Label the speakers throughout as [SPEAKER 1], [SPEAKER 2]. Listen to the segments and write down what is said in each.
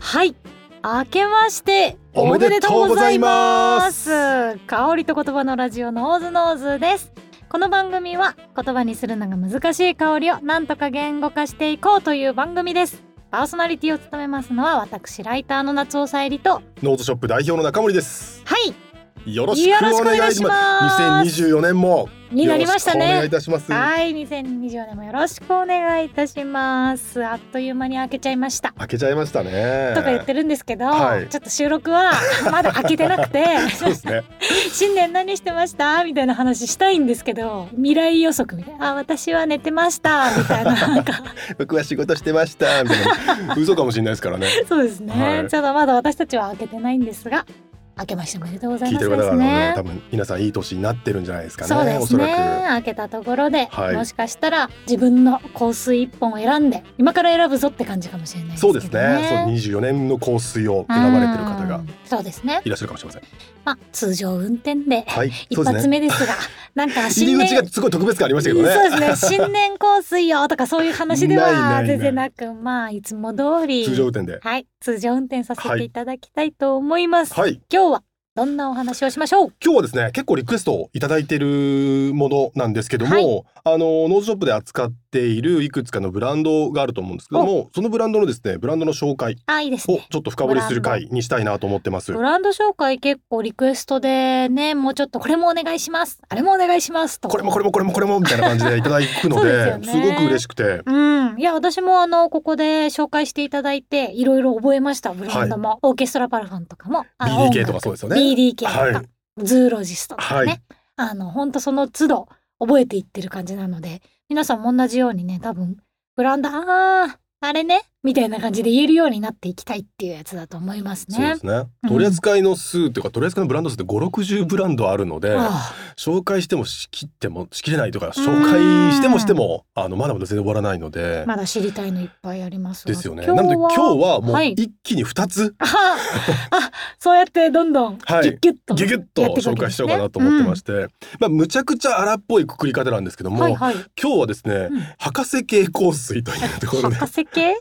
[SPEAKER 1] はい明けまして
[SPEAKER 2] おめでとうございます
[SPEAKER 1] おめでとうございます香りと言葉のラジオのオーズノーズですこの番組は言葉にするのが難しい香りをなんとか言語化していこうという番組ですパーソナリティを務めますのは私ライターの夏尾さえりとは
[SPEAKER 2] ノートショップ代表の中森です
[SPEAKER 1] い
[SPEAKER 2] よろしくお願いします
[SPEAKER 1] よろし
[SPEAKER 2] 2024年も
[SPEAKER 1] になりました
[SPEAKER 2] よろくお願いい
[SPEAKER 1] ね
[SPEAKER 2] たします開
[SPEAKER 1] はい2024年もよろしくお願いいたしますあっという間に明けちゃいました
[SPEAKER 2] けちゃいましたね
[SPEAKER 1] とか言ってるんですけど、
[SPEAKER 2] はい
[SPEAKER 1] ちょっと収録は まだ開けてなくて
[SPEAKER 2] そうですね
[SPEAKER 1] 新年何してましたみたいな話したいんですけど未来予測みたいなあ私は寝てましたみ たいななんか
[SPEAKER 2] 僕は仕事してましたみたいな嘘かもしれないですからね
[SPEAKER 1] そうですね、
[SPEAKER 2] はい
[SPEAKER 1] ちょっとまだ私たちは開けてないんですが開けましておめでとうござい
[SPEAKER 2] 聞い
[SPEAKER 1] ま
[SPEAKER 2] て
[SPEAKER 1] す
[SPEAKER 2] る
[SPEAKER 1] で
[SPEAKER 2] 方々
[SPEAKER 1] す
[SPEAKER 2] のね
[SPEAKER 1] ね
[SPEAKER 2] 多分皆さんいい年になってるんじゃないですかね
[SPEAKER 1] そうで
[SPEAKER 2] お
[SPEAKER 1] す
[SPEAKER 2] そ
[SPEAKER 1] ね
[SPEAKER 2] ら
[SPEAKER 1] 開けたところで、
[SPEAKER 2] はい
[SPEAKER 1] もしかしたら自分の香水一本を選んで今から選ぶぞって感じかもしれないで
[SPEAKER 2] く
[SPEAKER 1] すけ
[SPEAKER 2] そ
[SPEAKER 1] ど
[SPEAKER 2] うですね
[SPEAKER 1] ね
[SPEAKER 2] そう24年の香水を選ばれてる方
[SPEAKER 1] う
[SPEAKER 2] が
[SPEAKER 1] んそうですね
[SPEAKER 2] いらっしゃるかもしれません
[SPEAKER 1] まあ通常運転で
[SPEAKER 2] はいそ
[SPEAKER 1] 一
[SPEAKER 2] うです
[SPEAKER 1] 発
[SPEAKER 2] ね
[SPEAKER 1] 目です が、なんか
[SPEAKER 2] 入
[SPEAKER 1] 新
[SPEAKER 2] り
[SPEAKER 1] 年
[SPEAKER 2] 口がすごい特別感ありましたけどね
[SPEAKER 1] そうですね新年香水よとかそういう話で
[SPEAKER 2] ないないな
[SPEAKER 1] はい全然なくまあいつも通り
[SPEAKER 2] 通常運転で
[SPEAKER 1] はい通常運転させ
[SPEAKER 2] は
[SPEAKER 1] て
[SPEAKER 2] い
[SPEAKER 1] いただきたいと思います、
[SPEAKER 2] はい
[SPEAKER 1] 今日はどんなお話をしましょう
[SPEAKER 2] 今日はですね結構リクエストをいただいてるものなんですけども、
[SPEAKER 1] はい
[SPEAKER 2] あのノーズショップで扱っているいくつかのブランドがあると思うんですけどもそのブランドのですねブランドの紹介
[SPEAKER 1] あいいです
[SPEAKER 2] を
[SPEAKER 1] ね
[SPEAKER 2] ちょっと深掘りする回にしたいなと思ってます
[SPEAKER 1] ブ。ランド紹介結構リクエストでねもうちょっとこれもお願いしますあれもお願いしますと
[SPEAKER 2] これもこれもこれもこれもみたいな 感じでいただくの
[SPEAKER 1] そう
[SPEAKER 2] で
[SPEAKER 1] です
[SPEAKER 2] す,、
[SPEAKER 1] よね
[SPEAKER 2] ごく嬉しくて
[SPEAKER 1] うん、いや私もあのここで紹介していただいていろいろ覚えましたブランドも、オーケストラパルファンとかもあの
[SPEAKER 2] BDK
[SPEAKER 1] 音楽
[SPEAKER 2] とかそうですよね。
[SPEAKER 1] BDK とか、
[SPEAKER 2] はい
[SPEAKER 1] ズーロジストとかね、
[SPEAKER 2] はい
[SPEAKER 1] あの本当その都度覚えていってる感じなので皆さんも同じようにね多分ブランドあーあれねみたいな感じで言えるようになっていきたいっていうやつだと思います
[SPEAKER 2] そうで
[SPEAKER 1] ね。
[SPEAKER 2] すね
[SPEAKER 1] うん
[SPEAKER 2] 取り扱いの数というか取り扱いのブランド数って560ブランドあるので
[SPEAKER 1] ああ
[SPEAKER 2] 紹介してもしきってもしきれないとか紹介してもしてもあのまだまだ全然終わらないので、
[SPEAKER 1] まだ知りたいのいっぱいありますが
[SPEAKER 2] ですよね。な
[SPEAKER 1] 今日
[SPEAKER 2] ので今
[SPEAKER 1] は
[SPEAKER 2] 日はもう
[SPEAKER 1] はい
[SPEAKER 2] 一気に2つ
[SPEAKER 1] ああそうやってどんどんギ
[SPEAKER 2] はい
[SPEAKER 1] ュッギュッと、
[SPEAKER 2] ギュギュッと紹介しようかなと思ってまして、まあむちゃくちゃ荒っぽいくくり方なんですけども、
[SPEAKER 1] はいはい、
[SPEAKER 2] 今日はですね、
[SPEAKER 1] ん
[SPEAKER 2] 博士系香水というところで
[SPEAKER 1] 博士 系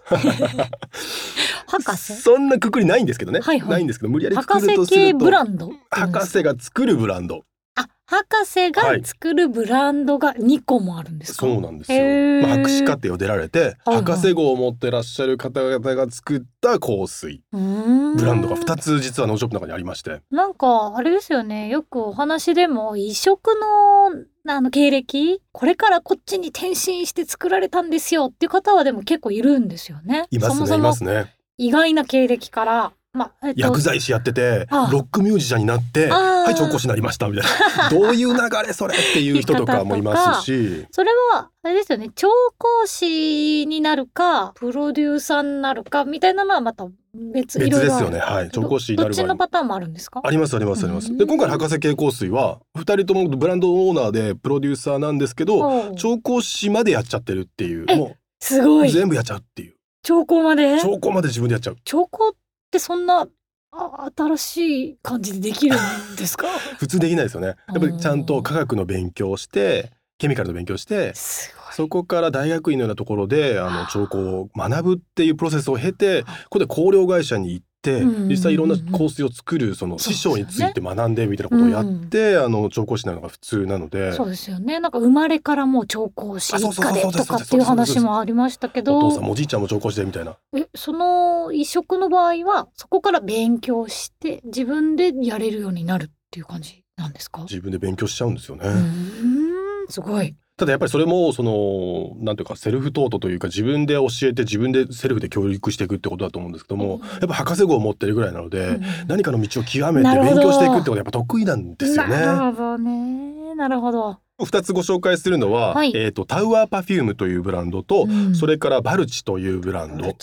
[SPEAKER 1] 博士
[SPEAKER 2] そんなくくりないんですけどね、
[SPEAKER 1] はいはい
[SPEAKER 2] ないんですけど無理やりくく
[SPEAKER 1] 博
[SPEAKER 2] ると
[SPEAKER 1] 士
[SPEAKER 2] する
[SPEAKER 1] 系
[SPEAKER 2] と
[SPEAKER 1] ブランド
[SPEAKER 2] 博士が作るブランド
[SPEAKER 1] あ、博士が
[SPEAKER 2] はい
[SPEAKER 1] 作るブランドが2個もあるんですか、
[SPEAKER 2] そうなんです
[SPEAKER 1] へー
[SPEAKER 2] よ、まあ、博士課程を出られて、
[SPEAKER 1] はいはい
[SPEAKER 2] 博士号を持ってらっしゃる方々が作った香水
[SPEAKER 1] うーん
[SPEAKER 2] ブランドが2つ実はノーショップの中にありまして
[SPEAKER 1] なんかあれですよねよくお話でも異色のあの経歴これからこっちに転身して作られたんですよっていう方はでも結構いるんですよね。
[SPEAKER 2] いますね
[SPEAKER 1] そもそ
[SPEAKER 2] い
[SPEAKER 1] も
[SPEAKER 2] ますね
[SPEAKER 1] 意外な経歴から、まあえっと、
[SPEAKER 2] 薬剤師やってて
[SPEAKER 1] ああ
[SPEAKER 2] ロックミュージシャンになって
[SPEAKER 1] ああ
[SPEAKER 2] はい調香師になりましたみたいなどういう流れそれっていう人とかもいますし
[SPEAKER 1] それはあれですよね調香師になるかプロデューサーになるかみたいなのはまた別い
[SPEAKER 2] 別
[SPEAKER 1] ろい
[SPEAKER 2] で
[SPEAKER 1] ろあ
[SPEAKER 2] す
[SPEAKER 1] る
[SPEAKER 2] よねはい調香師に
[SPEAKER 1] どどっ
[SPEAKER 2] なる
[SPEAKER 1] ち
[SPEAKER 2] 場合
[SPEAKER 1] の
[SPEAKER 2] も
[SPEAKER 1] パターンもあるんですか
[SPEAKER 2] ありますありますありま
[SPEAKER 1] う
[SPEAKER 2] す
[SPEAKER 1] ん
[SPEAKER 2] で今回の博士系香水は2人ともブランドオーナーでプロデューサーなんですけど
[SPEAKER 1] おう
[SPEAKER 2] 調香師までやっちゃってるっていう
[SPEAKER 1] え
[SPEAKER 2] も
[SPEAKER 1] すご
[SPEAKER 2] う
[SPEAKER 1] い
[SPEAKER 2] 全部やっちゃうっていう
[SPEAKER 1] 兆候まで
[SPEAKER 2] 調香まで自分でやっちゃう
[SPEAKER 1] 兆候ってそんなあ新しい感じでできるんですか
[SPEAKER 2] 普通できないですよねやっぱりちゃん
[SPEAKER 1] うん
[SPEAKER 2] と科学の勉強をしてケミカルの勉強をして
[SPEAKER 1] すごい
[SPEAKER 2] そこから大学院のようなところであの調香を学ぶっていうプロセスを経てここで香料会社に行って
[SPEAKER 1] うんうんうん
[SPEAKER 2] 実際いろんな香水を作るその
[SPEAKER 1] そう
[SPEAKER 2] 師
[SPEAKER 1] ですよ
[SPEAKER 2] 匠
[SPEAKER 1] ね
[SPEAKER 2] について学んでみたいなことをやって、あの調香師になるのが普通なので
[SPEAKER 1] そうですよねなんか生まれからもう兆候し
[SPEAKER 2] あそう
[SPEAKER 1] 一
[SPEAKER 2] そう
[SPEAKER 1] 家
[SPEAKER 2] そう
[SPEAKER 1] で
[SPEAKER 2] そう
[SPEAKER 1] とかっていう話もありましたけ
[SPEAKER 2] お父さん
[SPEAKER 1] ど
[SPEAKER 2] もおじいちゃんも調香師でみたいな
[SPEAKER 1] えその移植の場合はそこから勉強して自分でやれるようになるっていう感じなんですか
[SPEAKER 2] 自分で勉強しちゃうんですよね。
[SPEAKER 1] うーんすごい
[SPEAKER 2] ただやっぱりそれもそのなんていうかセルフトートというか自分で教えて自分でセルフで教育していくってことだと思うんですけどもやっぱ博士号を持ってるぐらいなので。
[SPEAKER 1] うん
[SPEAKER 2] 何かの道を極めて
[SPEAKER 1] なるほど
[SPEAKER 2] 勉強していくってことはやっぱ得意なんですよね。
[SPEAKER 1] なるほどねなるほど、
[SPEAKER 2] 二つご紹介するのは、
[SPEAKER 1] はい
[SPEAKER 2] えっ、とタウアーパフュームというブランドと、
[SPEAKER 1] うん
[SPEAKER 2] それからバルチというブランド。
[SPEAKER 1] は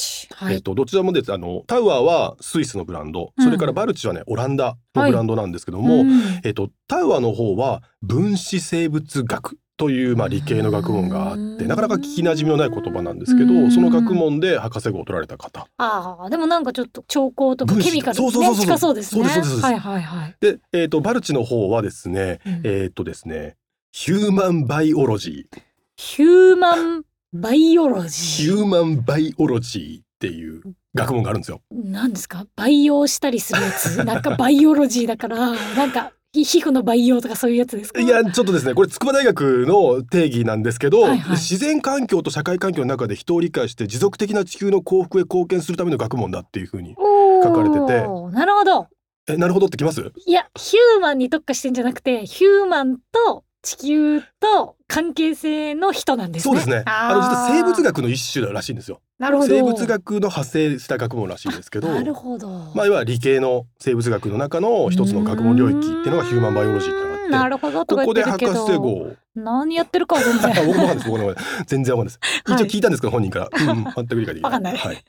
[SPEAKER 2] えっ
[SPEAKER 1] い、
[SPEAKER 2] とどちらもですあのタウアーはスイスのブランド、それか
[SPEAKER 1] う
[SPEAKER 2] ら
[SPEAKER 1] ん
[SPEAKER 2] バルチはねオランダのブランドなんですけども、
[SPEAKER 1] ん
[SPEAKER 2] えっとタウアーの方は分子生物学というまあ理系の学問があって
[SPEAKER 1] うん
[SPEAKER 2] なかなか聞きなじみのない言葉なんですけど、
[SPEAKER 1] うん
[SPEAKER 2] その学問で博士号を取られた方
[SPEAKER 1] ああでもなんかちょっと兆候とか
[SPEAKER 2] 分子
[SPEAKER 1] ケミカル
[SPEAKER 2] そうそうそう
[SPEAKER 1] ね
[SPEAKER 2] そう
[SPEAKER 1] 近そうですね。
[SPEAKER 2] そうですそうです
[SPEAKER 1] はいはいはい。
[SPEAKER 2] で、えっとバルチの方はですね
[SPEAKER 1] うん
[SPEAKER 2] えっとですねヒューマンバイオロジー
[SPEAKER 1] ヒューマンバイオロジ
[SPEAKER 2] ヒ
[SPEAKER 1] ー。
[SPEAKER 2] ューマンバイオロジっていう学問があるんですよ。
[SPEAKER 1] なんですか培養したりするや つなんかバイオロジーだからなんかひ皮膚の培養とかそういうやつですか
[SPEAKER 2] いやちょっとですねこれ筑波大学の定義なんですけど、
[SPEAKER 1] はいはい
[SPEAKER 2] 自然環境と社会環境の中で人を理解して持続的な地球の幸福へ貢献するための学問だっていうふうに書かれてて
[SPEAKER 1] おーなるほど
[SPEAKER 2] えなるほどってきます
[SPEAKER 1] いやヒューマンに特化してんじゃなくてヒューマンと地球と関係性の人なんですね
[SPEAKER 2] そうですね
[SPEAKER 1] あー
[SPEAKER 2] あの実は生物学の一種らしいんですよ
[SPEAKER 1] なるほど
[SPEAKER 2] 生物学の派生した学問らしいんですけど
[SPEAKER 1] なるほどま
[SPEAKER 2] まあいわゆる理系の生物学の中の一つの学問領域っていうのがヒューマンバイオロジーっていうのが
[SPEAKER 1] な
[SPEAKER 2] あって
[SPEAKER 1] るほどとか
[SPEAKER 2] こ
[SPEAKER 1] 言
[SPEAKER 2] こ
[SPEAKER 1] って
[SPEAKER 2] で
[SPEAKER 1] る
[SPEAKER 2] 博
[SPEAKER 1] けど
[SPEAKER 2] 士号を
[SPEAKER 1] 何やってるかは 全
[SPEAKER 2] あ僕も
[SPEAKER 1] 然
[SPEAKER 2] わかんないです僕もわかんないです全然わかんないで
[SPEAKER 1] は
[SPEAKER 2] す、
[SPEAKER 1] い
[SPEAKER 2] 一応聞いたんですけど本人から、うん、全く理解できない
[SPEAKER 1] わかんない
[SPEAKER 2] はい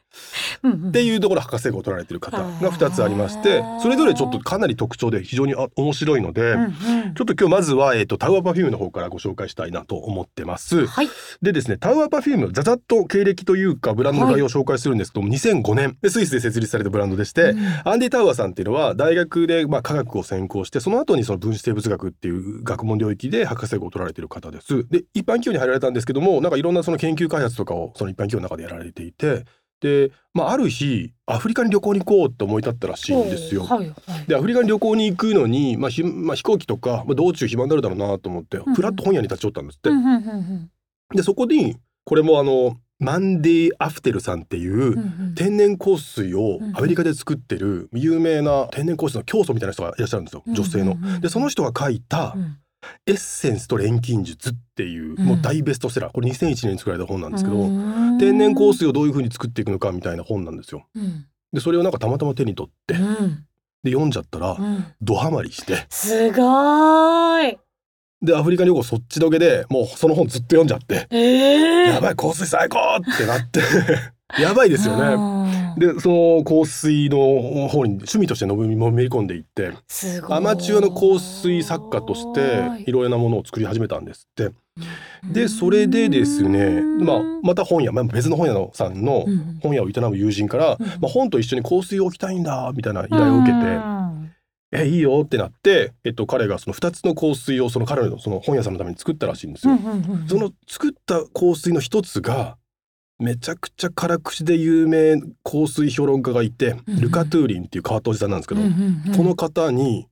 [SPEAKER 1] うんうん
[SPEAKER 2] っていうところ博士号を取られてる方が2つありまし
[SPEAKER 1] へ
[SPEAKER 2] て
[SPEAKER 1] ー
[SPEAKER 2] それぞれちょっとかなり特徴で非常にあ面白いので、
[SPEAKER 1] うんうん
[SPEAKER 2] ちょっと今日まずは、えっとタウアーパフュームの方からご紹介したいなと思ってます。
[SPEAKER 1] はい
[SPEAKER 2] でですねタウアーパフュームざざっと経歴というかブランドの概要を紹介するんですけども、2005年でスイスで設立されたブランドでして、
[SPEAKER 1] うん
[SPEAKER 2] アンディ・タウアーさんっていうのは大学でまあ科学を専攻してその後にその分子生物学っていう学問領域で博士号を取られている方です。で一般企業に入られたんですけどもなんかいろんなその研究開発とかをその一般企業の中でやられていてで、まあ、ある日アフリカに旅行に行こうと思い立ったらしいんですよ。
[SPEAKER 1] おーはいはい
[SPEAKER 2] でアフリカに旅行に行くのに、まあひまあ、飛行機とか、まあ、道中暇になるだろうなと思って
[SPEAKER 1] ん
[SPEAKER 2] ふらっと本屋に立ち寄ったんですって。
[SPEAKER 1] うんうんうん
[SPEAKER 2] でそこにこれもあのマンディ・アフテルさんっていう、
[SPEAKER 1] うんうんうん
[SPEAKER 2] 天然香水を
[SPEAKER 1] うん
[SPEAKER 2] アメリカで作ってる有名な天然香水の教祖みたいな人がいらっしゃるんですよ女性の。でその人が書いた
[SPEAKER 1] うん
[SPEAKER 2] 「エッセンスと錬金術」っていう
[SPEAKER 1] うん
[SPEAKER 2] もう大ベストセラーこれ2001年に作られた本なんですけど
[SPEAKER 1] うん
[SPEAKER 2] 天然香水をどういう風に作っていくのかみたいな本なんですよ。
[SPEAKER 1] うん
[SPEAKER 2] でそれをなんかたまたま手に取って
[SPEAKER 1] うん
[SPEAKER 2] で読んじゃったら
[SPEAKER 1] うん
[SPEAKER 2] ドハマりして
[SPEAKER 1] すごーい
[SPEAKER 2] でアフリカ旅行そっちのけでもうその本ずっと読んじゃって「
[SPEAKER 1] え
[SPEAKER 2] やばい香水最高!」ってなって やばい
[SPEAKER 1] で
[SPEAKER 2] ですよね。
[SPEAKER 1] ね
[SPEAKER 2] でその香水の方に趣味としてのめり込んでいって
[SPEAKER 1] すごい
[SPEAKER 2] アマチュアの香水作家としていろいろなものを作り始めたんですってでそれでですね、まあ、また本屋、まあ、別の本屋のさんの
[SPEAKER 1] うん
[SPEAKER 2] 本屋を営む友人から、
[SPEAKER 1] うん
[SPEAKER 2] まあ、本と一緒に香水を置きたいんだみたいな依頼を受けて「えいいよ」ってなって、えっと、彼がその2つの香水をその彼のその本屋さんのために作ったらしいんです
[SPEAKER 1] うん
[SPEAKER 2] よ。
[SPEAKER 1] うんうんうん
[SPEAKER 2] その作った香水の一つがめちゃくちゃ辛口で有名香水評論家がいて、
[SPEAKER 1] うん
[SPEAKER 2] ルカ・トゥーリンっていう川藤さんなんですけど、
[SPEAKER 1] うんうんうん
[SPEAKER 2] この方に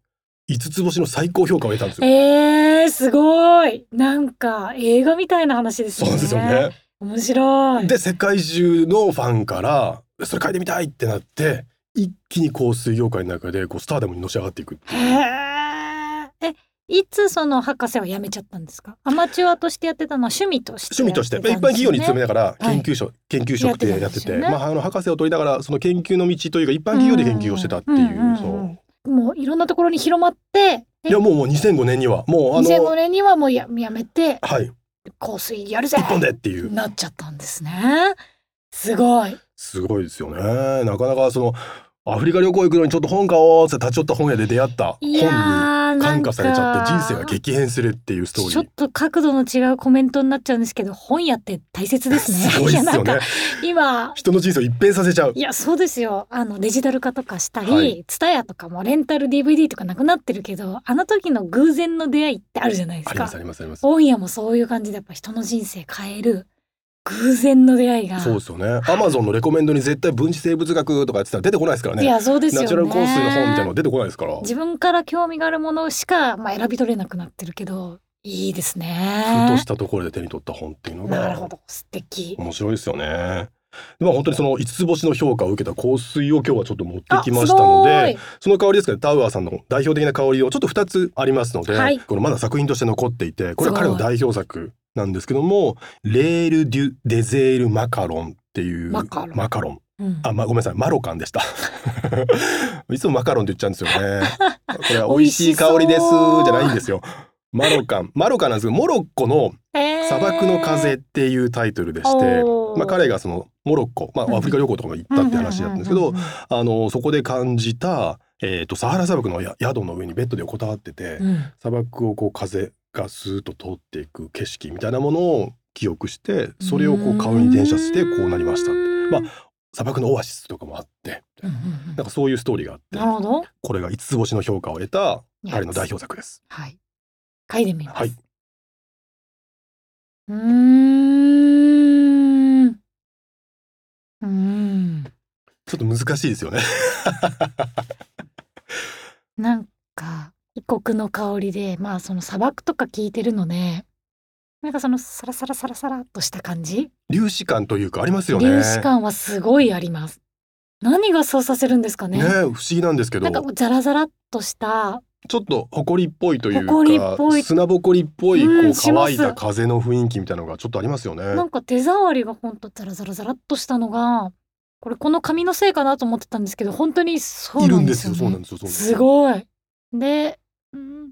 [SPEAKER 2] 5つ星の最高評価を得たんですよ。
[SPEAKER 1] えー、すごいなんか映画みたいな話です
[SPEAKER 2] そう
[SPEAKER 1] ね
[SPEAKER 2] なんですよね。
[SPEAKER 1] 面白い
[SPEAKER 2] で世界中のファンからそれ嗅いでみたいってなって一気に香水業界の中でこうスターダムにのし上がっていくって
[SPEAKER 1] へ
[SPEAKER 2] いう
[SPEAKER 1] ーえいつその博士は辞めちゃったんですかアマチュアとしてやってたのは趣味として
[SPEAKER 2] 趣味として、
[SPEAKER 1] やっ
[SPEAKER 2] まあ一般
[SPEAKER 1] たんです
[SPEAKER 2] 企
[SPEAKER 1] よ
[SPEAKER 2] 業
[SPEAKER 1] ね
[SPEAKER 2] に勤めながら
[SPEAKER 1] はい
[SPEAKER 2] 研究所、研究職でやってて
[SPEAKER 1] やってたんですよね
[SPEAKER 2] まあ、あの博士を取りながらその研究の道というか一般企業で研究をしてたっていう,、
[SPEAKER 1] んんん
[SPEAKER 2] そう
[SPEAKER 1] もういろんなところに広まって
[SPEAKER 2] いやもうもう2005年にはもうあ
[SPEAKER 1] 2005
[SPEAKER 2] の
[SPEAKER 1] 年にはもうややめて
[SPEAKER 2] はい
[SPEAKER 1] 香水やるぜ
[SPEAKER 2] 一本でっていう
[SPEAKER 1] なっちゃったんですねすごい
[SPEAKER 2] すごいですよねなかなかそのアフリカ旅行行くのにちょっと本買おうって立ち寄った本屋で出会った本
[SPEAKER 1] い
[SPEAKER 2] に
[SPEAKER 1] やー
[SPEAKER 2] 感
[SPEAKER 1] なんか
[SPEAKER 2] 化されちゃって人生が激変するっていうストーリ
[SPEAKER 1] ちょっ
[SPEAKER 2] ー。
[SPEAKER 1] と角度の違うコメントになっちゃうんですけど本屋って大切です ね
[SPEAKER 2] すごいで
[SPEAKER 1] や
[SPEAKER 2] す
[SPEAKER 1] な
[SPEAKER 2] よ
[SPEAKER 1] んか
[SPEAKER 2] ね。
[SPEAKER 1] 今
[SPEAKER 2] 人の人生を一変させちゃう
[SPEAKER 1] い。やそうですよあのデジタル化とかした
[SPEAKER 2] は
[SPEAKER 1] り TSUTAYA、とかもレンタル DVD とかなくなってるけどあの時の偶然の出会いってあるじゃないで
[SPEAKER 2] あ
[SPEAKER 1] す
[SPEAKER 2] ります
[SPEAKER 1] か
[SPEAKER 2] ありますあります。
[SPEAKER 1] 本屋もそういう感じでやっぱ人の人生変える偶然の出会いが
[SPEAKER 2] そうですよね。アマゾンのレコメンドに絶対分子生物学とかやってたら出てこないですから
[SPEAKER 1] い
[SPEAKER 2] ね。
[SPEAKER 1] やそうですよ
[SPEAKER 2] ナ
[SPEAKER 1] ね
[SPEAKER 2] チュラル香水の本みたいなの出てこないですから。
[SPEAKER 1] 自分から興味があるものしか、まあ、選び取れなくなってるけどいいです
[SPEAKER 2] ふと
[SPEAKER 1] ね
[SPEAKER 2] し。たところで手に取った本っていうの
[SPEAKER 1] なるほ
[SPEAKER 2] が
[SPEAKER 1] ど素敵。
[SPEAKER 2] 面白いですよね。まあ本当にその五つ星の評価を受けた香水を今日はちょっと持ってきましたの
[SPEAKER 1] あ
[SPEAKER 2] で、その香りですけどタウアーさんの代表的な香りをちょっと二つありますので、
[SPEAKER 1] はい
[SPEAKER 2] このまだ作品として残っていて、これは彼の
[SPEAKER 1] すご
[SPEAKER 2] 代表作なんですけども、レールデュデゼールマカロンっていう
[SPEAKER 1] マカロン
[SPEAKER 2] マカロン
[SPEAKER 1] すごいうん
[SPEAKER 2] あ、まあ、ごめんなさい、マロカンでした。 いつもマカロンって言っちゃうんですよね。これは美味しい香りですじゃないんですよ。マロカン、マロカンなんですけど、モロッコの
[SPEAKER 1] えー
[SPEAKER 2] 砂漠の風っていうタイトルでして、
[SPEAKER 1] おー
[SPEAKER 2] まあ彼がそのモロッコ、まあアフリカ旅行とかも行ったって話だったんですけ
[SPEAKER 1] う
[SPEAKER 2] ど
[SPEAKER 1] んうん、うん
[SPEAKER 2] あのそこで感じたえっ、とサハラ砂漠のや宿の上にベッドで横たわってて、
[SPEAKER 1] うんうん
[SPEAKER 2] 砂漠をこう風がスーッと通っていく景色みたいなものを記憶して、それをこう香りに転写してこうなりました。まあ砂漠のオアシスとかもあって
[SPEAKER 1] うんうんうん
[SPEAKER 2] なんかそういうストーリーがあって
[SPEAKER 1] なるほど。
[SPEAKER 2] これが5つ星の評価を得た彼の代表作です。
[SPEAKER 1] はい。書いてみます。
[SPEAKER 2] はい、
[SPEAKER 1] うーん。うーん。
[SPEAKER 2] ちょっと難しいですよね。
[SPEAKER 1] なんか異国の香りでまあその砂漠とか聞いてるのでなんかそのサラサラサラサラっとした感じ、
[SPEAKER 2] 粒子感というかありますよね。
[SPEAKER 1] 粒子感はすごいあります何がそうさせるんですかね
[SPEAKER 2] ね不思議なんですけど、
[SPEAKER 1] なんかザラザラっとした
[SPEAKER 2] ちょっと埃っぽいというか、
[SPEAKER 1] 埃っぽい
[SPEAKER 2] 砂埃っぽいこ
[SPEAKER 1] う
[SPEAKER 2] うん
[SPEAKER 1] します
[SPEAKER 2] 乾いた風の雰囲気みたいなのがちょっとありますよね。
[SPEAKER 1] なんか手触りがほんとザラザラザラっとしたのがこれこの紙のせいかなと思ってたんですけど本当にそう
[SPEAKER 2] い
[SPEAKER 1] な
[SPEAKER 2] るん
[SPEAKER 1] ん
[SPEAKER 2] で
[SPEAKER 1] ですす
[SPEAKER 2] よ。
[SPEAKER 1] よ
[SPEAKER 2] そうな
[SPEAKER 1] ね
[SPEAKER 2] んですよ。そうなんです
[SPEAKER 1] す
[SPEAKER 2] よ
[SPEAKER 1] ごいで、うん、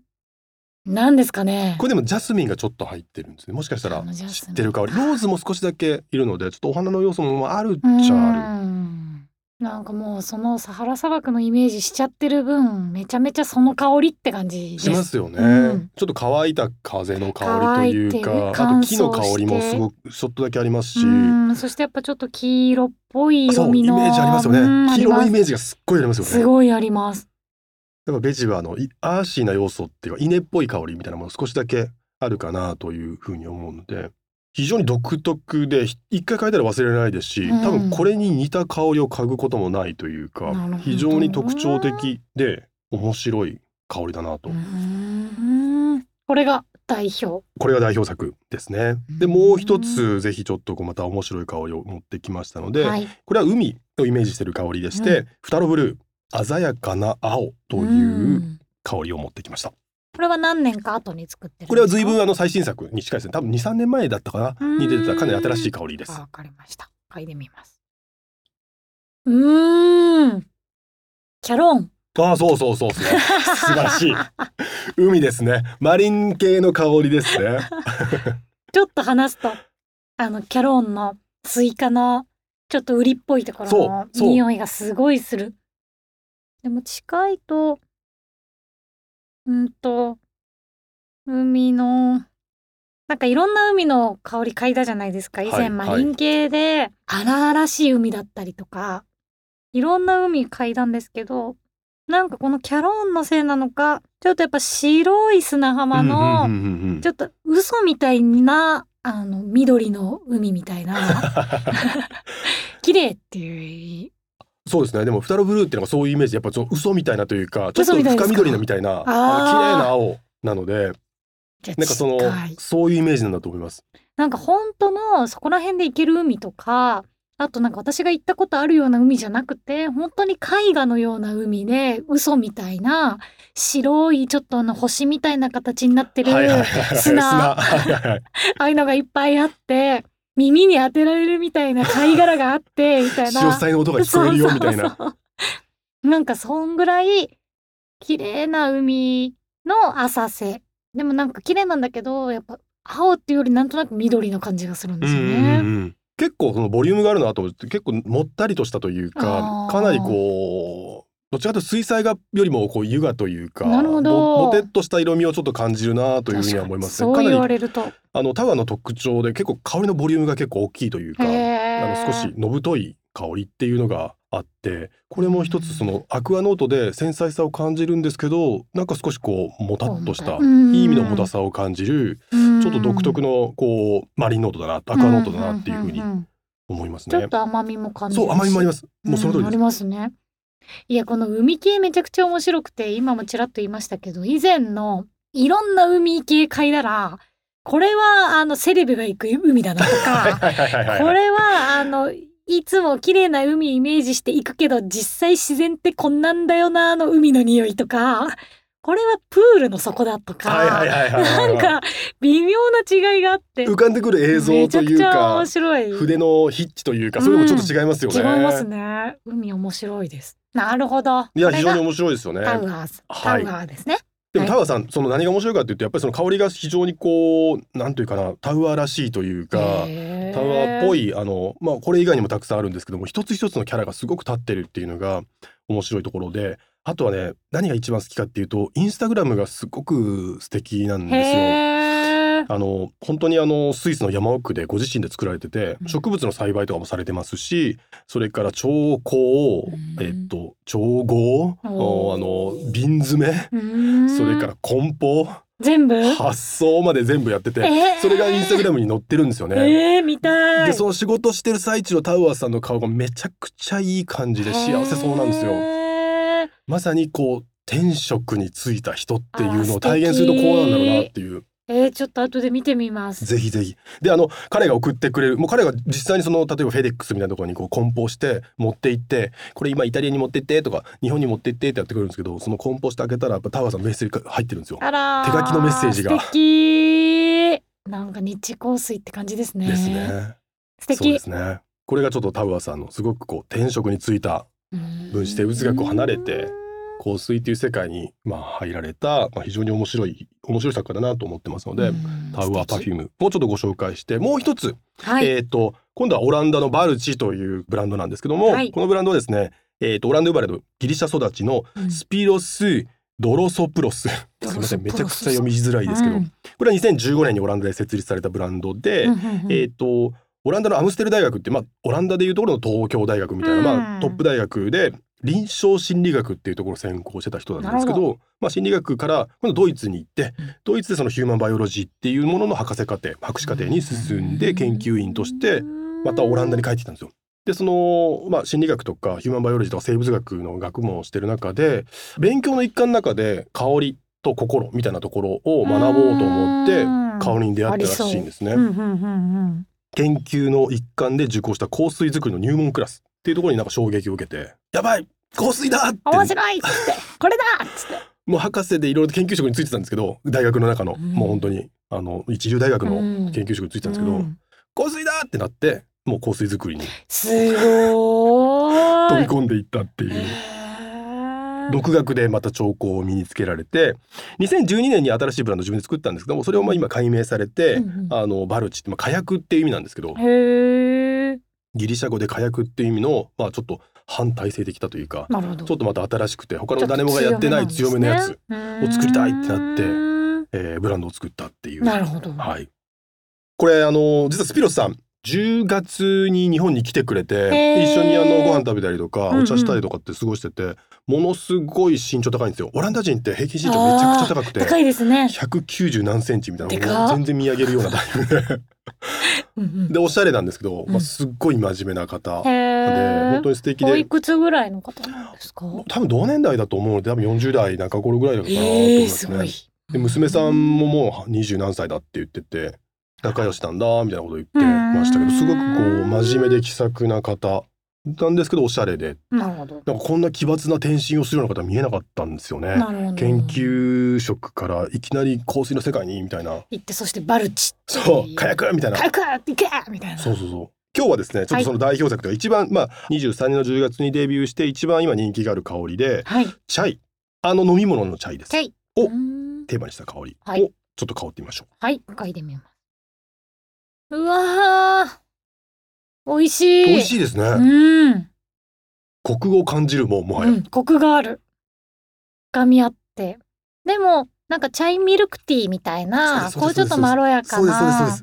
[SPEAKER 1] なんですかね
[SPEAKER 2] これでもジャスミンがちょっと入ってるんですねもしかしたら
[SPEAKER 1] あのジャスミン
[SPEAKER 2] 知ってる香りローズも少しだけいるのでちょっとお花の要素もあるっちゃある
[SPEAKER 1] うんなんかもうそのサハラ砂漠のイメージしちゃってる分めちゃめちゃその香りって感じです
[SPEAKER 2] しますよね、
[SPEAKER 1] うん
[SPEAKER 2] ちょっと乾いた風の香りという
[SPEAKER 1] 乾いて
[SPEAKER 2] か
[SPEAKER 1] る
[SPEAKER 2] あと木の
[SPEAKER 1] 乾
[SPEAKER 2] 香
[SPEAKER 1] 燥して
[SPEAKER 2] りもすごくちょっとだけありますし、
[SPEAKER 1] うんそしてやっぱちょっと黄色っぽい
[SPEAKER 2] あ
[SPEAKER 1] 色
[SPEAKER 2] そう
[SPEAKER 1] 味
[SPEAKER 2] イメ
[SPEAKER 1] の
[SPEAKER 2] ージありますよ
[SPEAKER 1] うん
[SPEAKER 2] ね黄色
[SPEAKER 1] あ
[SPEAKER 2] のイ
[SPEAKER 1] りま
[SPEAKER 2] メージがすっごいあります
[SPEAKER 1] す
[SPEAKER 2] よね
[SPEAKER 1] すごいあります
[SPEAKER 2] やっぱベジはあのいアーシーな要素っていうか稲っぽい香りみたいなもの少しだけあるかなというふうに思うので非常に独特でひ一回嗅いだら忘れないですし、
[SPEAKER 1] うん
[SPEAKER 2] 多分これに似た香りを嗅ぐこともないというか
[SPEAKER 1] なるほど
[SPEAKER 2] 非常に特徴的で面白い香りだなと、
[SPEAKER 1] うんこれが代表
[SPEAKER 2] これが代表作ですね。で
[SPEAKER 1] うん
[SPEAKER 2] もう一つぜひちょっとこうまた面白い香りを持ってきましたので、
[SPEAKER 1] はい
[SPEAKER 2] これは海をイメージしてる香りでして、
[SPEAKER 1] う
[SPEAKER 2] フタロブルー鮮やかな青と
[SPEAKER 1] う
[SPEAKER 2] いうん香りを持ってきました。
[SPEAKER 1] これは何年か後に作ってるんですか
[SPEAKER 2] これは随分あの最新作に近いですね多分23年前だったか
[SPEAKER 1] うー
[SPEAKER 2] なんに出てたかなり新しい香りです
[SPEAKER 1] あわかりました嗅いでみますうーんキャロン
[SPEAKER 2] ああそうそうそうですね素晴らし い海ですねマリン系の香りですね
[SPEAKER 1] ちょっと話すとあのキャロンのスイカのちょっと売りっぽいところの
[SPEAKER 2] そうそう
[SPEAKER 1] 匂いがすごいするでも近いとうんと海のなんかいろんな海の香り嗅いだじゃないですか以
[SPEAKER 2] は
[SPEAKER 1] 前
[SPEAKER 2] い
[SPEAKER 1] マリン系で荒々しい海だったりとかいろんな海嗅いだんですけどなんかこのキャロンのせいなのかちょっとやっぱ白い砂浜の、
[SPEAKER 2] うんうんうんうんうん
[SPEAKER 1] ちょっと嘘みたいなあの緑の海みたい な綺麗っていう
[SPEAKER 2] そうですねでもフタロブルーっていうのがそういうイメージやっぱちょっと嘘みたいなというかちょっと
[SPEAKER 1] 嘘みたいです
[SPEAKER 2] 深
[SPEAKER 1] か
[SPEAKER 2] 緑のみたいなあの
[SPEAKER 1] あー
[SPEAKER 2] 綺麗な青なので
[SPEAKER 1] じゃあ
[SPEAKER 2] なんかその
[SPEAKER 1] 近い
[SPEAKER 2] そういうイメージなんだと思います
[SPEAKER 1] なんか本当のそこら辺で行ける海とかあとなんか私が行ったことあるような海じゃなくて本当に絵画のような海で嘘みたいな白いちょっとあの星みたいな形になってる、
[SPEAKER 2] はいはいはい
[SPEAKER 1] 砂
[SPEAKER 2] はいはいはい
[SPEAKER 1] ああいうのがいっぱいあって耳に当てられるみたいな貝殻があってみたいな
[SPEAKER 2] 潮騒の音が聞こえるよみたい
[SPEAKER 1] そう
[SPEAKER 2] な
[SPEAKER 1] そうそうなんかそんぐらい綺麗な海の浅瀬でもなんか綺麗なんだけどやっぱ青っていうよりなんとなく緑の感じがするんですよね。
[SPEAKER 2] うんうんうんうん結構そのボリュームがあるなと思って結構もったりとしたというか
[SPEAKER 1] あー
[SPEAKER 2] かなりこうどっちかというと水彩画よりもこう優雅というか
[SPEAKER 1] なるほど
[SPEAKER 2] ぼぼてっとした色味をちょっと感じるなというふうには思いますね
[SPEAKER 1] 確かにそう言
[SPEAKER 2] かな
[SPEAKER 1] わ
[SPEAKER 2] り
[SPEAKER 1] れると。
[SPEAKER 2] あのタワーの特徴で結構香りのボリュームが結構大きいというか、あの
[SPEAKER 1] あ
[SPEAKER 2] 少しのぶとい香りっていうのがあってこれも一つそのアクアノートで繊細さを感じるんですけどなんか少しこうもたっとした
[SPEAKER 1] うん
[SPEAKER 2] いい意味のもたさを感じるちょっと独特
[SPEAKER 1] の
[SPEAKER 2] のこうマリンノートだなアクアノートだなっていうふうに思います
[SPEAKER 1] ちょ
[SPEAKER 2] ね
[SPEAKER 1] っ。と甘みも感じるし
[SPEAKER 2] そう甘みもあります。もうその通
[SPEAKER 1] ん
[SPEAKER 2] り
[SPEAKER 1] あ
[SPEAKER 2] で
[SPEAKER 1] り
[SPEAKER 2] す。
[SPEAKER 1] ますね。いやこの海系めちゃくちゃ面白くて今もちらっと言いましたけど以前のいろんな海系嗅いだらこれはあのセレブが行く海だなとか
[SPEAKER 2] はいはいはいはい
[SPEAKER 1] これはあのいつも綺麗な海イメージして行くけど実際自然ってこんなんだよなあの海の匂いとかこれはプールの底だと
[SPEAKER 2] はいはい
[SPEAKER 1] か
[SPEAKER 2] はいはいは
[SPEAKER 1] ないんか微妙な違いがあって
[SPEAKER 2] 浮かんでくる映像
[SPEAKER 1] めち
[SPEAKER 2] と
[SPEAKER 1] ゃ
[SPEAKER 2] い
[SPEAKER 1] く
[SPEAKER 2] う
[SPEAKER 1] ちゃ
[SPEAKER 2] か
[SPEAKER 1] 面白い。
[SPEAKER 2] 筆の筆致というかそういうのもちょっと違いますよね。
[SPEAKER 1] 違いますね。海面白いです。なるほど。
[SPEAKER 2] いや
[SPEAKER 1] これ
[SPEAKER 2] 非
[SPEAKER 1] が
[SPEAKER 2] 常に面白いですよね。
[SPEAKER 1] タウアーズ、
[SPEAKER 2] は
[SPEAKER 1] タ
[SPEAKER 2] い
[SPEAKER 1] ウアーですね。
[SPEAKER 2] でもタワーさんその何が面白いかっていうとやっぱりその香りが非常にこうなんというかなタウアーらしいというか。
[SPEAKER 1] へー
[SPEAKER 2] タワーっぽ。いあのまあこれ以外にもたくさんあるんですけども一つ一つのキャラがすごく立ってるっていうのが面白いところであとはね何が一番好きかっていうとインスタグラムがすごく素敵なんですよ。
[SPEAKER 1] へー
[SPEAKER 2] あの本当にあのスイスの山奥でご自身で作られてて
[SPEAKER 1] うん
[SPEAKER 2] 植物の栽培とかもされてますしそれから調香、
[SPEAKER 1] うん
[SPEAKER 2] えっと調合
[SPEAKER 1] おー
[SPEAKER 2] おあの瓶詰め
[SPEAKER 1] うーん
[SPEAKER 2] それから梱包
[SPEAKER 1] 全部
[SPEAKER 2] 発想まで全部やってて、
[SPEAKER 1] えー
[SPEAKER 2] それがインスタグラムに載ってるんですよね。
[SPEAKER 1] えー、見たい
[SPEAKER 2] でその仕事してる最中のタウアーさんの顔がめちゃくちゃいい感じで幸せそうなんですよ。
[SPEAKER 1] へー
[SPEAKER 2] まさにこう天職に就いた人っていうのを体現するとこうなんだろうなっていう
[SPEAKER 1] えー、ちょっと後で見てみます。
[SPEAKER 2] ぜひぜひであの彼が送ってくれるもう彼が実際にその例えばフェデックスみたいなところにこう梱包して持って行ってこれ今イタリアに持って行ってとか日本に持って行ってってやってくれるんですけどその梱包して開けたらやっぱタワーさんメッセージが入ってるんですよ。
[SPEAKER 1] あらー
[SPEAKER 2] 手書きのメッセージが
[SPEAKER 1] 素敵なんか日光水って感じですね。
[SPEAKER 2] ですね。
[SPEAKER 1] 素
[SPEAKER 2] そう
[SPEAKER 1] 敵
[SPEAKER 2] ですね。これがちょっとタワーさんのすごくこう転職に就いた分子生物学を離れて香水っていう世界にまあ入られた、まあ、非常に面白い面白い作家だなと思ってますので、タウアーパフ
[SPEAKER 1] ュ
[SPEAKER 2] ュームもうちょっとご紹介してもう一つ、
[SPEAKER 1] はい、
[SPEAKER 2] えっ、と今度はオランダのバルチというブランドなんですけども、
[SPEAKER 1] はい
[SPEAKER 2] このブランドはですね、えー、とオランダ生まれのギリシャ育ちの
[SPEAKER 1] うん
[SPEAKER 2] スピロス・ドロソプロスすいませんめちゃくちゃ読みづらいですけど、
[SPEAKER 1] うん
[SPEAKER 2] これは2015年にオランダで設立されたブランドで、
[SPEAKER 1] うんうんうん
[SPEAKER 2] えー、とオランダのアムステル大学って、まあ、オランダでいうところの東京大学みたいな、ま
[SPEAKER 1] う
[SPEAKER 2] あ、
[SPEAKER 1] ん
[SPEAKER 2] トップ大学で臨床心理学っていうところを専攻してた人なんですけ
[SPEAKER 1] な
[SPEAKER 2] どまあ、心理学から今度ドイツに行って、
[SPEAKER 1] うん
[SPEAKER 2] ドイツでそのヒューマンバイオロジーっていうものの博士課程博士課程に進んで研究員としてまたオランダに帰ってきたんですよ。でその、まあ、心理学とかヒューマンバイオロジーとか生物学の学問をしてる中で勉強の一環の中で香りと心みたいなところを学ぼうと思って香りに出会ったらしいんですね。
[SPEAKER 1] うんうんうんうん
[SPEAKER 2] 研究の一環で受講した香水作りの入門クラスっていうところになんか衝撃を受けて「やばい香水だ!」って
[SPEAKER 1] 面白いっつってこれだっつって
[SPEAKER 2] もう博士でいろいろと研究職についてたんですけど大学の中の、
[SPEAKER 1] うん
[SPEAKER 2] もう本当にあの一流大学の研究職についてたんですけど「
[SPEAKER 1] うん
[SPEAKER 2] 香水だ!」ってなってもう香水作りに
[SPEAKER 1] すご
[SPEAKER 2] 飛
[SPEAKER 1] ー
[SPEAKER 2] び
[SPEAKER 1] い
[SPEAKER 2] 込んでいったっていう。
[SPEAKER 1] へー
[SPEAKER 2] 独学でまた兆候を身につけられて2012年に新しいブランド自分で作ったんですけどもそれをまあ今解明されて、
[SPEAKER 1] うんうん
[SPEAKER 2] あのバルチって、まあ、火薬っていう意味なんですけど
[SPEAKER 1] へえ
[SPEAKER 2] ギリシャ語で火薬っていう意味の、まあ、ちょっと反体制的だというか
[SPEAKER 1] なるほど
[SPEAKER 2] ちょっとまた新しくて他の誰もがやってない強めのやつ、
[SPEAKER 1] を
[SPEAKER 2] 作りたいってなって
[SPEAKER 1] なっ
[SPEAKER 2] えーブランドを作ったっていう。
[SPEAKER 1] なるほど
[SPEAKER 2] はい、これあの実はスピロスさん10月に日本に来てくれ
[SPEAKER 1] へ
[SPEAKER 2] て
[SPEAKER 1] ー
[SPEAKER 2] 一緒にあのご飯食べたりとか
[SPEAKER 1] うんうん
[SPEAKER 2] お茶したりとかって過ごしてて、ものすごい身長高いんですよオランダ人って平均身長めちゃくちゃ高くて
[SPEAKER 1] 高いですね。
[SPEAKER 2] 190何センチみたい
[SPEAKER 1] で
[SPEAKER 2] な
[SPEAKER 1] かっ
[SPEAKER 2] もう全然見上げるようなタイプ で
[SPEAKER 1] うんうん
[SPEAKER 2] でおしゃれなんですけど、
[SPEAKER 1] う
[SPEAKER 2] ま
[SPEAKER 1] ん
[SPEAKER 2] あ、すっごい真面目な方で
[SPEAKER 1] へ
[SPEAKER 2] 本
[SPEAKER 1] ー
[SPEAKER 2] 当に素敵
[SPEAKER 1] お
[SPEAKER 2] で
[SPEAKER 1] いくつぐらいの方なんですか。
[SPEAKER 2] 多分同年代だと思うので多分40代中頃ぐらいだったかなと思い
[SPEAKER 1] ええ
[SPEAKER 2] ますす
[SPEAKER 1] ご
[SPEAKER 2] ね
[SPEAKER 1] い。。
[SPEAKER 2] で娘さんももう二十何歳だって言ってて仲良しなんだみたいなこと言って
[SPEAKER 1] うん
[SPEAKER 2] ましたけどすごくこう真面目で気さくな方なんですけどおしゃれで
[SPEAKER 1] なるほど。
[SPEAKER 2] なんかこんな奇抜な転身をするような方見えなかったんですよね。
[SPEAKER 1] なるほど。
[SPEAKER 2] 研究職からいきなり香水の世界にみたいな
[SPEAKER 1] 行ってそしてバルチ。
[SPEAKER 2] そう火。薬みたいな
[SPEAKER 1] 火薬ってけみたいな。
[SPEAKER 2] そうそうそう今日はですねちょっとその代表作というか一番、まあ23年の10月にデビューして一番今人気がある香りで
[SPEAKER 1] はい。
[SPEAKER 2] チャイあの飲み物のチャイです
[SPEAKER 1] チャイ
[SPEAKER 2] お
[SPEAKER 1] うーん
[SPEAKER 2] テーマにした香りを
[SPEAKER 1] は
[SPEAKER 2] ち
[SPEAKER 1] い
[SPEAKER 2] ょっと香ってみましょう。
[SPEAKER 1] はい。嗅いでみます。うわー。美味しい。
[SPEAKER 2] 美味しいですね、
[SPEAKER 1] うん。
[SPEAKER 2] コクを感じるもうもはや、
[SPEAKER 1] うん、コクがある。がみ合って。でも、なんかチャイミルクティーみたいな、
[SPEAKER 2] そう
[SPEAKER 1] こ
[SPEAKER 2] で
[SPEAKER 1] う
[SPEAKER 2] す
[SPEAKER 1] ちょっとまろやかな、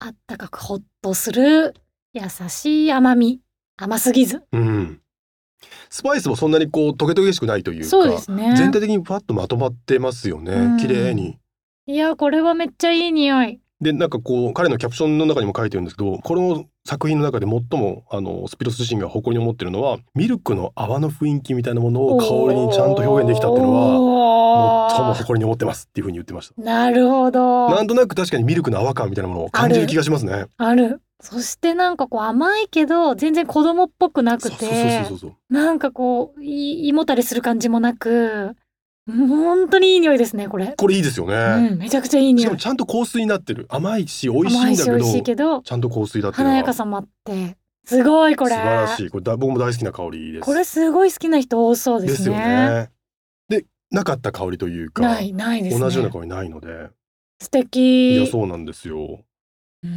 [SPEAKER 1] あったかくほっとする、優しい甘み。甘すぎず。
[SPEAKER 2] うんスパイスもそんなにこうトゲトゲしくないというか
[SPEAKER 1] そうですね。
[SPEAKER 2] 全体的にパッとまとまってますよね、
[SPEAKER 1] うん
[SPEAKER 2] 綺麗に
[SPEAKER 1] いや、これはめっちゃいい匂い。
[SPEAKER 2] でなんかこう彼のキャプションの中にも書いてるんですけどこの作品の中で最もあのスピロス自身が誇りに思ってるのはミルクの泡の雰囲気みたいなものを香りにちゃんと表現できたっていうのは
[SPEAKER 1] は
[SPEAKER 2] 最も誇りに思ってますっていうふうに言ってました
[SPEAKER 1] なるほど。
[SPEAKER 2] なんとなく確かにミルクの泡感みたいなものを感じる気がしますね
[SPEAKER 1] ある。そしてなんかこう甘いけど、全然子供っぽくな
[SPEAKER 2] そう
[SPEAKER 1] く
[SPEAKER 2] そうそう
[SPEAKER 1] て
[SPEAKER 2] そ、うそう
[SPEAKER 1] なんかこう、い胃もたれする感じもなく、うん本当にいい匂いですね、これ。
[SPEAKER 2] これいいですよね、
[SPEAKER 1] うん、めちゃくちゃいい
[SPEAKER 2] しか
[SPEAKER 1] 匂
[SPEAKER 2] も
[SPEAKER 1] い。
[SPEAKER 2] ちゃんと香水になってる甘いし美味しい
[SPEAKER 1] 甘
[SPEAKER 2] ん
[SPEAKER 1] いし
[SPEAKER 2] だけ
[SPEAKER 1] 美
[SPEAKER 2] ど
[SPEAKER 1] 味しいけど、
[SPEAKER 2] ちゃんと香水だっていうの
[SPEAKER 1] 華
[SPEAKER 2] は
[SPEAKER 1] やかさもあって、すごいこれ。
[SPEAKER 2] 素晴らしいこれだ僕も大好きな香りです
[SPEAKER 1] これすごい好きな人多そう
[SPEAKER 2] で
[SPEAKER 1] です
[SPEAKER 2] すよ
[SPEAKER 1] ね。
[SPEAKER 2] ねでなかった香りというか
[SPEAKER 1] ない、ないですね。
[SPEAKER 2] 同じような香りないので
[SPEAKER 1] 素
[SPEAKER 2] い
[SPEAKER 1] 敵
[SPEAKER 2] や。そうなんですよ
[SPEAKER 1] うー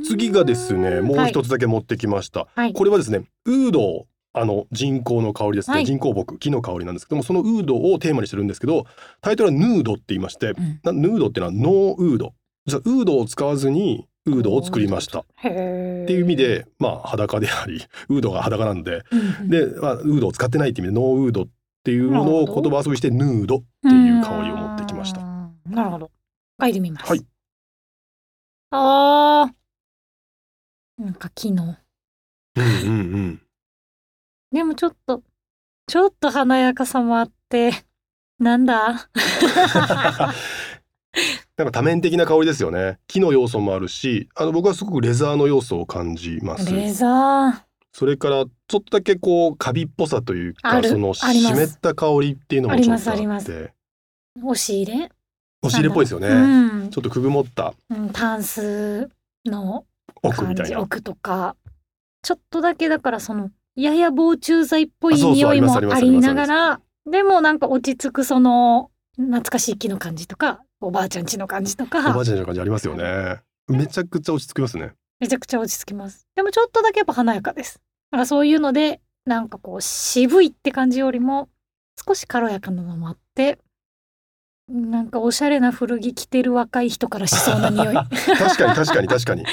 [SPEAKER 1] ん
[SPEAKER 2] 次がですねもう一つだけ持ってきました、
[SPEAKER 1] はい。
[SPEAKER 2] これはですねウードをあの人工の香りですね、
[SPEAKER 1] はい
[SPEAKER 2] 人工木木の香りなんですけどもそのウードをテーマにしてるんですけどタイトルはヌードって言いまして、
[SPEAKER 1] うん
[SPEAKER 2] なヌードってのはノーウード実はウードを使わずにウードを作りました
[SPEAKER 1] へー
[SPEAKER 2] っていう意味、で、まあ、裸であり、 ウードが裸なので、
[SPEAKER 1] うんうん
[SPEAKER 2] で、まあ、ウードを使ってないっていう意味で、ノーウードっていうもの
[SPEAKER 1] なる
[SPEAKER 2] を
[SPEAKER 1] ほど
[SPEAKER 2] 言葉遊びして、ヌードっていう香りを持ってきまし
[SPEAKER 1] う
[SPEAKER 2] た。
[SPEAKER 1] ーんなるほど。嗅いでみます。
[SPEAKER 2] はい
[SPEAKER 1] あー。なんか木の。
[SPEAKER 2] うんう んうん。
[SPEAKER 1] でもちょっと、ちょっと華やかさもあって、なん だ
[SPEAKER 2] なんか多面的な香りですよね。木の要素もあるし、あの僕はすごくレザーの要素を感じます。
[SPEAKER 1] レザー。
[SPEAKER 2] それからちょっとだけこうカビっぽさという
[SPEAKER 1] あ
[SPEAKER 2] か、
[SPEAKER 1] る
[SPEAKER 2] その
[SPEAKER 1] ありま
[SPEAKER 2] 湿
[SPEAKER 1] す
[SPEAKER 2] った香りっていうのもちょっとあ
[SPEAKER 1] ありま
[SPEAKER 2] っ
[SPEAKER 1] す
[SPEAKER 2] て、
[SPEAKER 1] 押し入れ、
[SPEAKER 2] 押し入れっぽいですよね。
[SPEAKER 1] うん
[SPEAKER 2] ちょっとくぐもった
[SPEAKER 1] うん。タンスの
[SPEAKER 2] 奥み
[SPEAKER 1] 感
[SPEAKER 2] たい
[SPEAKER 1] じ、
[SPEAKER 2] な。
[SPEAKER 1] 奥とか。ちょっとだけだからその、やや防虫剤っぽい
[SPEAKER 2] あそうそう
[SPEAKER 1] 匂いも
[SPEAKER 2] あります
[SPEAKER 1] あ
[SPEAKER 2] あり
[SPEAKER 1] り
[SPEAKER 2] ますあ
[SPEAKER 1] な
[SPEAKER 2] り
[SPEAKER 1] が
[SPEAKER 2] ます
[SPEAKER 1] ら、でもなんか落ち着くその、懐かしい木の感じとか、おばあちゃん家の感じと
[SPEAKER 2] おば
[SPEAKER 1] か
[SPEAKER 2] あ、ちゃんの感じありますよね。めちゃくちゃ落ち着きますね。
[SPEAKER 1] めちゃくちゃ落ち着きます。でもちょっとだけやっぱ華やかです。なんかそういうので、なんかこう渋いって感じよりも、少し軽やかなのもあって、なんかおしゃれな古着着てる若い人からしそうな匂い。
[SPEAKER 2] 確かに確かに確かに。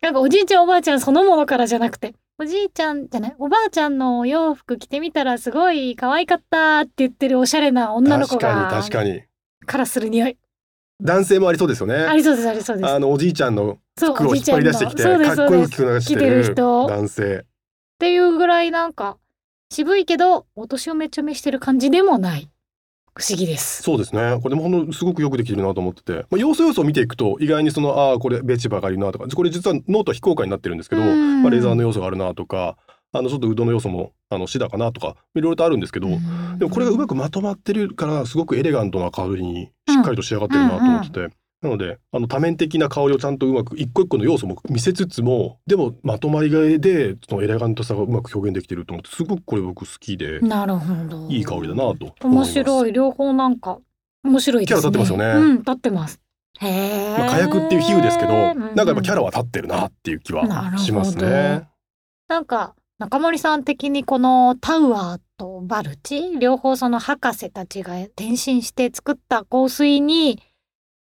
[SPEAKER 1] なんかおじいちゃんおばあちゃんそのものからじゃなくて、おじいちゃんじゃない、おばあちゃんのお洋服着てみたらすごい可愛かったって言ってるおしゃれな 女の子
[SPEAKER 2] 確か
[SPEAKER 1] が
[SPEAKER 2] に確かに。
[SPEAKER 1] からする匂い。
[SPEAKER 2] 男性もありそうですよね。
[SPEAKER 1] ありそうです、ありそうです
[SPEAKER 2] あ。のおじいちゃんの
[SPEAKER 1] そう、
[SPEAKER 2] 服
[SPEAKER 1] お
[SPEAKER 2] を
[SPEAKER 1] じ
[SPEAKER 2] 引
[SPEAKER 1] いちゃ
[SPEAKER 2] っ張
[SPEAKER 1] ん
[SPEAKER 2] り
[SPEAKER 1] の。
[SPEAKER 2] 出し
[SPEAKER 1] そ
[SPEAKER 2] て
[SPEAKER 1] う
[SPEAKER 2] き
[SPEAKER 1] で
[SPEAKER 2] て、
[SPEAKER 1] す、
[SPEAKER 2] かっこ
[SPEAKER 1] そうで
[SPEAKER 2] よ
[SPEAKER 1] す。っ
[SPEAKER 2] く流して
[SPEAKER 1] 着てる
[SPEAKER 2] る
[SPEAKER 1] 人
[SPEAKER 2] 男性。
[SPEAKER 1] ていうぐらいなんか、渋いけど、お年をめっちゃ召してる感じでもない。不思議です。
[SPEAKER 2] そうですね。これもほんとすごくよくできてるなと思ってて、まあ、要素要素を見ていくと意外にそのああーこれベチバがあるなとか、これ実はノートは非公開になってるんですけど、
[SPEAKER 1] うん
[SPEAKER 2] まあ、レザーの要素があるなとか、あのちょっとウドの要素もあのシダかなとかいろいろとあるんですけど、でもこれがう
[SPEAKER 1] く
[SPEAKER 2] まくまとまってるからすごくエレガントな香りにしっかりと仕上がってるなと思ってて。なのであの多面的な香りをちゃんとうまく一個一個の要素も見せつつもでもまとまりがいでそのエレガントさがうまく表現できてると思ってすごくこれ僕好きで
[SPEAKER 1] なるほど。
[SPEAKER 2] いい香りだなと思いま
[SPEAKER 1] 面
[SPEAKER 2] す
[SPEAKER 1] 白い両方なんか面白いですね。
[SPEAKER 2] キャラ立ってますよね
[SPEAKER 1] うん立ってます。へえ。
[SPEAKER 2] まあ、火薬っていう比喩ですけど、なんかやっぱキャ
[SPEAKER 1] ラ。
[SPEAKER 2] ラは立ってるなっていう気
[SPEAKER 1] なるほ
[SPEAKER 2] は
[SPEAKER 1] ど
[SPEAKER 2] しますね。
[SPEAKER 1] なんか中森さん的にこのタウアーとバルチ両方その博士たちが転身して作った香水に。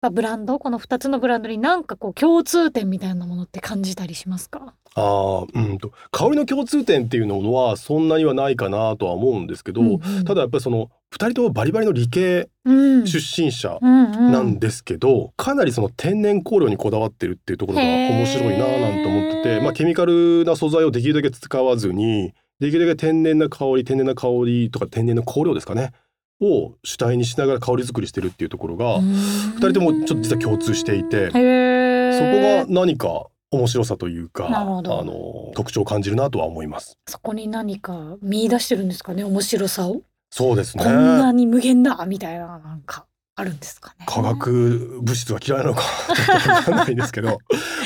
[SPEAKER 1] まあブランドこの2つのブランドになんかこう共通点みたいなものって感じたりしますか
[SPEAKER 2] あーうんと香りの共通点っていうのはそんなにはないかなとは思うんですけど、
[SPEAKER 1] うんうん
[SPEAKER 2] ただやっぱりその2人ともバリバリの理系
[SPEAKER 1] うん
[SPEAKER 2] 出身者
[SPEAKER 1] な
[SPEAKER 2] なんですけど、かなりその天然香料にこだわってるっていうところが
[SPEAKER 1] へー
[SPEAKER 2] 面白いななんて思ってて、まあ、ケミカルな素材をできるだけ使わずにできるだけ天然な香り天然な香りとか天然の香料ですかねを主体にしながら香り作りしてるっていうところが、
[SPEAKER 1] 2
[SPEAKER 2] 人ともちょっと実は共通していてそこが何か面白さというか、
[SPEAKER 1] な
[SPEAKER 2] あ
[SPEAKER 1] るほど
[SPEAKER 2] の特徴を感じるなとは思います。
[SPEAKER 1] そこに何か見出してるんですかね面白さを。
[SPEAKER 2] そうですね。
[SPEAKER 1] こんなに無限だみたいななんかあるんですかね。
[SPEAKER 2] 化学物質が嫌いなのかちょっとわかんないんですけど、まあ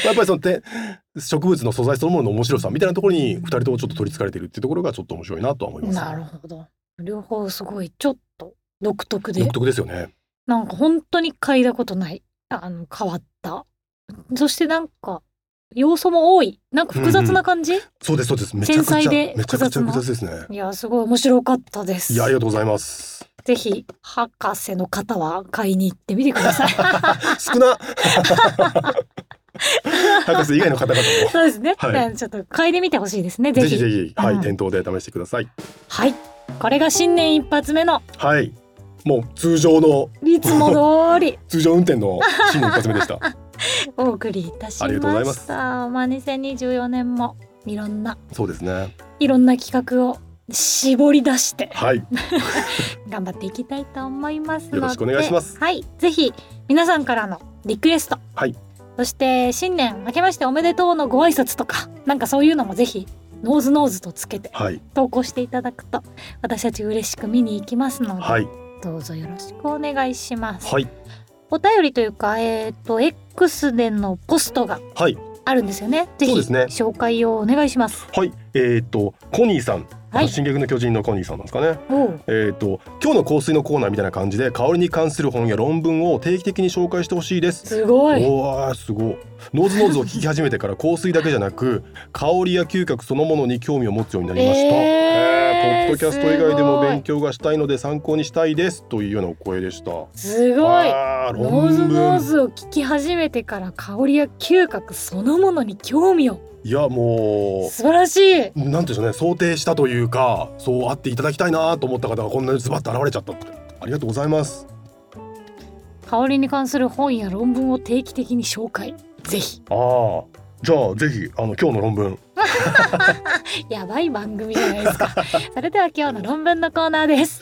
[SPEAKER 2] やっぱりそのて植物の素材そのものの面白さみたいなところに二人ともちょっと取り憑かれてるっていうところがちょっと面白いなとは思います、
[SPEAKER 1] なるほど。両方すごいちょっと独特で
[SPEAKER 2] 独特ですよね。
[SPEAKER 1] なんか本当に嗅いだことないあの変わった。そしてなんか要素も多いなんか複雑な感じ、
[SPEAKER 2] そうですそうです。めちゃくち
[SPEAKER 1] 繊
[SPEAKER 2] ゃ
[SPEAKER 1] 細で
[SPEAKER 2] めちゃくち
[SPEAKER 1] 複
[SPEAKER 2] ゃ
[SPEAKER 1] 雑な
[SPEAKER 2] 複雑ですね。
[SPEAKER 1] いやすごい面白かったです。
[SPEAKER 2] いやありがとうございます。
[SPEAKER 1] ぜひ博士の方は買いに行ってみてくだ さい。
[SPEAKER 2] 少 な博士以外の方々も
[SPEAKER 1] そうですね、
[SPEAKER 2] はい
[SPEAKER 1] なんかちょっと嗅いでみてほしいですね
[SPEAKER 2] ぜひぜ
[SPEAKER 1] ぜひ
[SPEAKER 2] ひは
[SPEAKER 1] う
[SPEAKER 2] い
[SPEAKER 1] ん
[SPEAKER 2] 店頭で試してください。
[SPEAKER 1] はいこれが新年一発目の
[SPEAKER 2] はい。もう通常の
[SPEAKER 1] いつも通 り
[SPEAKER 2] 通常運転の新年一発目 でした。
[SPEAKER 1] お送りいたしま
[SPEAKER 2] ありがとうございま
[SPEAKER 1] した。まあ2024年もいろんな
[SPEAKER 2] そうですね。
[SPEAKER 1] いろんな企画を絞り出して
[SPEAKER 2] はい。よ
[SPEAKER 1] 頑張っていきたいと思いますので、
[SPEAKER 2] よろしくお願いします
[SPEAKER 1] はい、ぜひ皆さんからのリクエスト、
[SPEAKER 2] はい、
[SPEAKER 1] そして新年明けましておめでとうのご挨拶とか、なんかそういうのもぜひノーズノーズとつけて
[SPEAKER 2] はい
[SPEAKER 1] 投稿していただくと私たち嬉しく見に行きますので、
[SPEAKER 2] はい
[SPEAKER 1] どうぞよろしくお願いします。
[SPEAKER 2] はい
[SPEAKER 1] お便りというか、えっ、と X でのポストが
[SPEAKER 2] はい
[SPEAKER 1] あるんですよね。ぜひ
[SPEAKER 2] そうですね
[SPEAKER 1] 紹介をお願いします。
[SPEAKER 2] はい。えーっ、とコニーさん、
[SPEAKER 1] はい
[SPEAKER 2] 進撃の巨人のコニーさんなんですかね。
[SPEAKER 1] おう
[SPEAKER 2] えーっ、と今日の香水のコーナーみたいな感じで香りに関する本や論文を定期的に紹介してほしいです。
[SPEAKER 1] すごい。
[SPEAKER 2] おーすごいノーズノーズを聞き始めてから香水だけじゃなく香りや嗅覚そのものに興味を持つようになりました、
[SPEAKER 1] えー
[SPEAKER 2] えーポッドキャスト以外でも
[SPEAKER 1] すごい
[SPEAKER 2] 勉強がしたいので参考にしたいですというようなお声でした
[SPEAKER 1] すごい。
[SPEAKER 2] わあ論
[SPEAKER 1] ノー
[SPEAKER 2] 文
[SPEAKER 1] ズノーズを聞き始めてから香りや嗅覚そのものに興味を
[SPEAKER 2] いやも
[SPEAKER 1] 素晴らしいう
[SPEAKER 2] なんていうんでしょうね想定したというかそうあっていただきたいなと思った方がこんなにズバッと現れちゃったってありがとうございます
[SPEAKER 1] 香りに関する本や論文を定期的に紹介ぜひ
[SPEAKER 2] ああじゃあぜひあの今日の論文
[SPEAKER 1] やばい番組じゃないです かそれでは今日の論文のコーナーです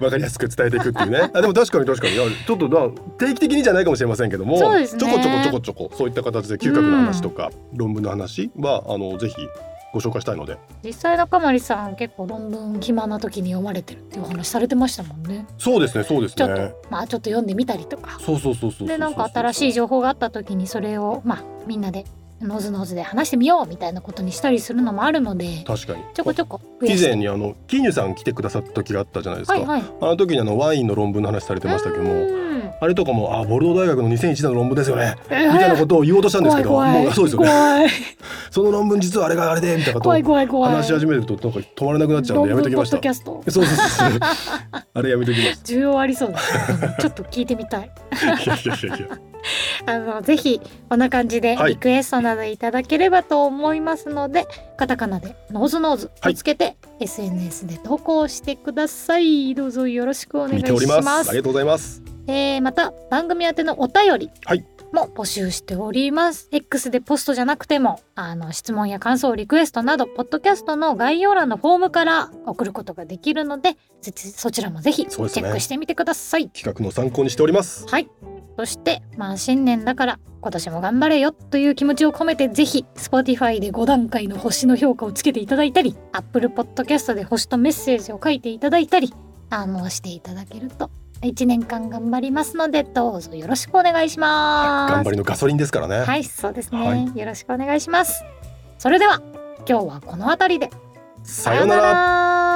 [SPEAKER 2] わかりやすく伝えていくってい うねあでも確かに確かにいやちょっとな定期的にじゃないかもしれませんけども、
[SPEAKER 1] そうですね
[SPEAKER 2] ちょこちょこちょこちょこそういった形で嗅覚の話とか、論文の話はあのぜひご紹介したいので
[SPEAKER 1] 実際中森さん結構論文暇な時に読まれてるっていうお話されてましたもんね
[SPEAKER 2] そうですねそうです
[SPEAKER 1] ちょっと、
[SPEAKER 2] ね
[SPEAKER 1] まあちょっと読んでみたりとか
[SPEAKER 2] そうそうそうそうそうそう
[SPEAKER 1] でなんか新しい情報があった時にそれをまあみんなでノズノズで話してみようみたいなことにしたりするのもあるので
[SPEAKER 2] 確かに
[SPEAKER 1] ちょこちょこ増や
[SPEAKER 2] 以
[SPEAKER 1] して
[SPEAKER 2] 前にあの金融さん来てくださった時があったじゃないですか、
[SPEAKER 1] はいはい
[SPEAKER 2] あの時にあのワインの論文の話されてましたけどもあれとかもあボルドー大学の2001年の論文ですよね
[SPEAKER 1] み
[SPEAKER 2] みたいなことを言おうとしたんですけど
[SPEAKER 1] 怖い怖い
[SPEAKER 2] もうそうですよね
[SPEAKER 1] 怖い
[SPEAKER 2] その論文実はあれがあれでみたいなこと
[SPEAKER 1] 怖い
[SPEAKER 2] を
[SPEAKER 1] 怖い怖い
[SPEAKER 2] 話し始めるとなんか止まらなくなっちゃうんでやめときまし
[SPEAKER 1] 論文ポッド
[SPEAKER 2] た
[SPEAKER 1] キャスト
[SPEAKER 2] そうそうそうそうあれやめときまし
[SPEAKER 1] 需要ありそうだねちょっと聞いてみ たい
[SPEAKER 2] たいやいやいやいや
[SPEAKER 1] あのぜひこんな感じで
[SPEAKER 2] はい
[SPEAKER 1] リクエストなどいただければと思いますので、カタカナでノーズノーズ
[SPEAKER 2] はい
[SPEAKER 1] をつけて SNS で投稿してくださいどうぞよろしくお願い
[SPEAKER 2] 見
[SPEAKER 1] して
[SPEAKER 2] おります
[SPEAKER 1] ます
[SPEAKER 2] ありがとうございます
[SPEAKER 1] えーまた番組宛てのお便り
[SPEAKER 2] はい
[SPEAKER 1] も募集しております、X でポストじゃなくてもあの質問や感想リクエストなどポッドキャストの概要欄のフォームから送ることができるのでそそちらもぜひチ
[SPEAKER 2] そう
[SPEAKER 1] ェ
[SPEAKER 2] ですね
[SPEAKER 1] ックしてみてください、
[SPEAKER 2] 企画の参考にしております
[SPEAKER 1] はいそしてまあ新年だから今年も頑張れよという気持ちを込めてぜひ Spotify で5段階の星の評価をつけていただいたり Apple Podcast で星とメッセージを書いていただいたりあのしていただけると1年間頑張りますのでどうぞよろしくお願いします。
[SPEAKER 2] 頑張りのガソリンですからね、
[SPEAKER 1] はい、そうですね、
[SPEAKER 2] はい
[SPEAKER 1] よろしくお願いします。それでは今日はこの辺りで
[SPEAKER 2] さようなら
[SPEAKER 1] ら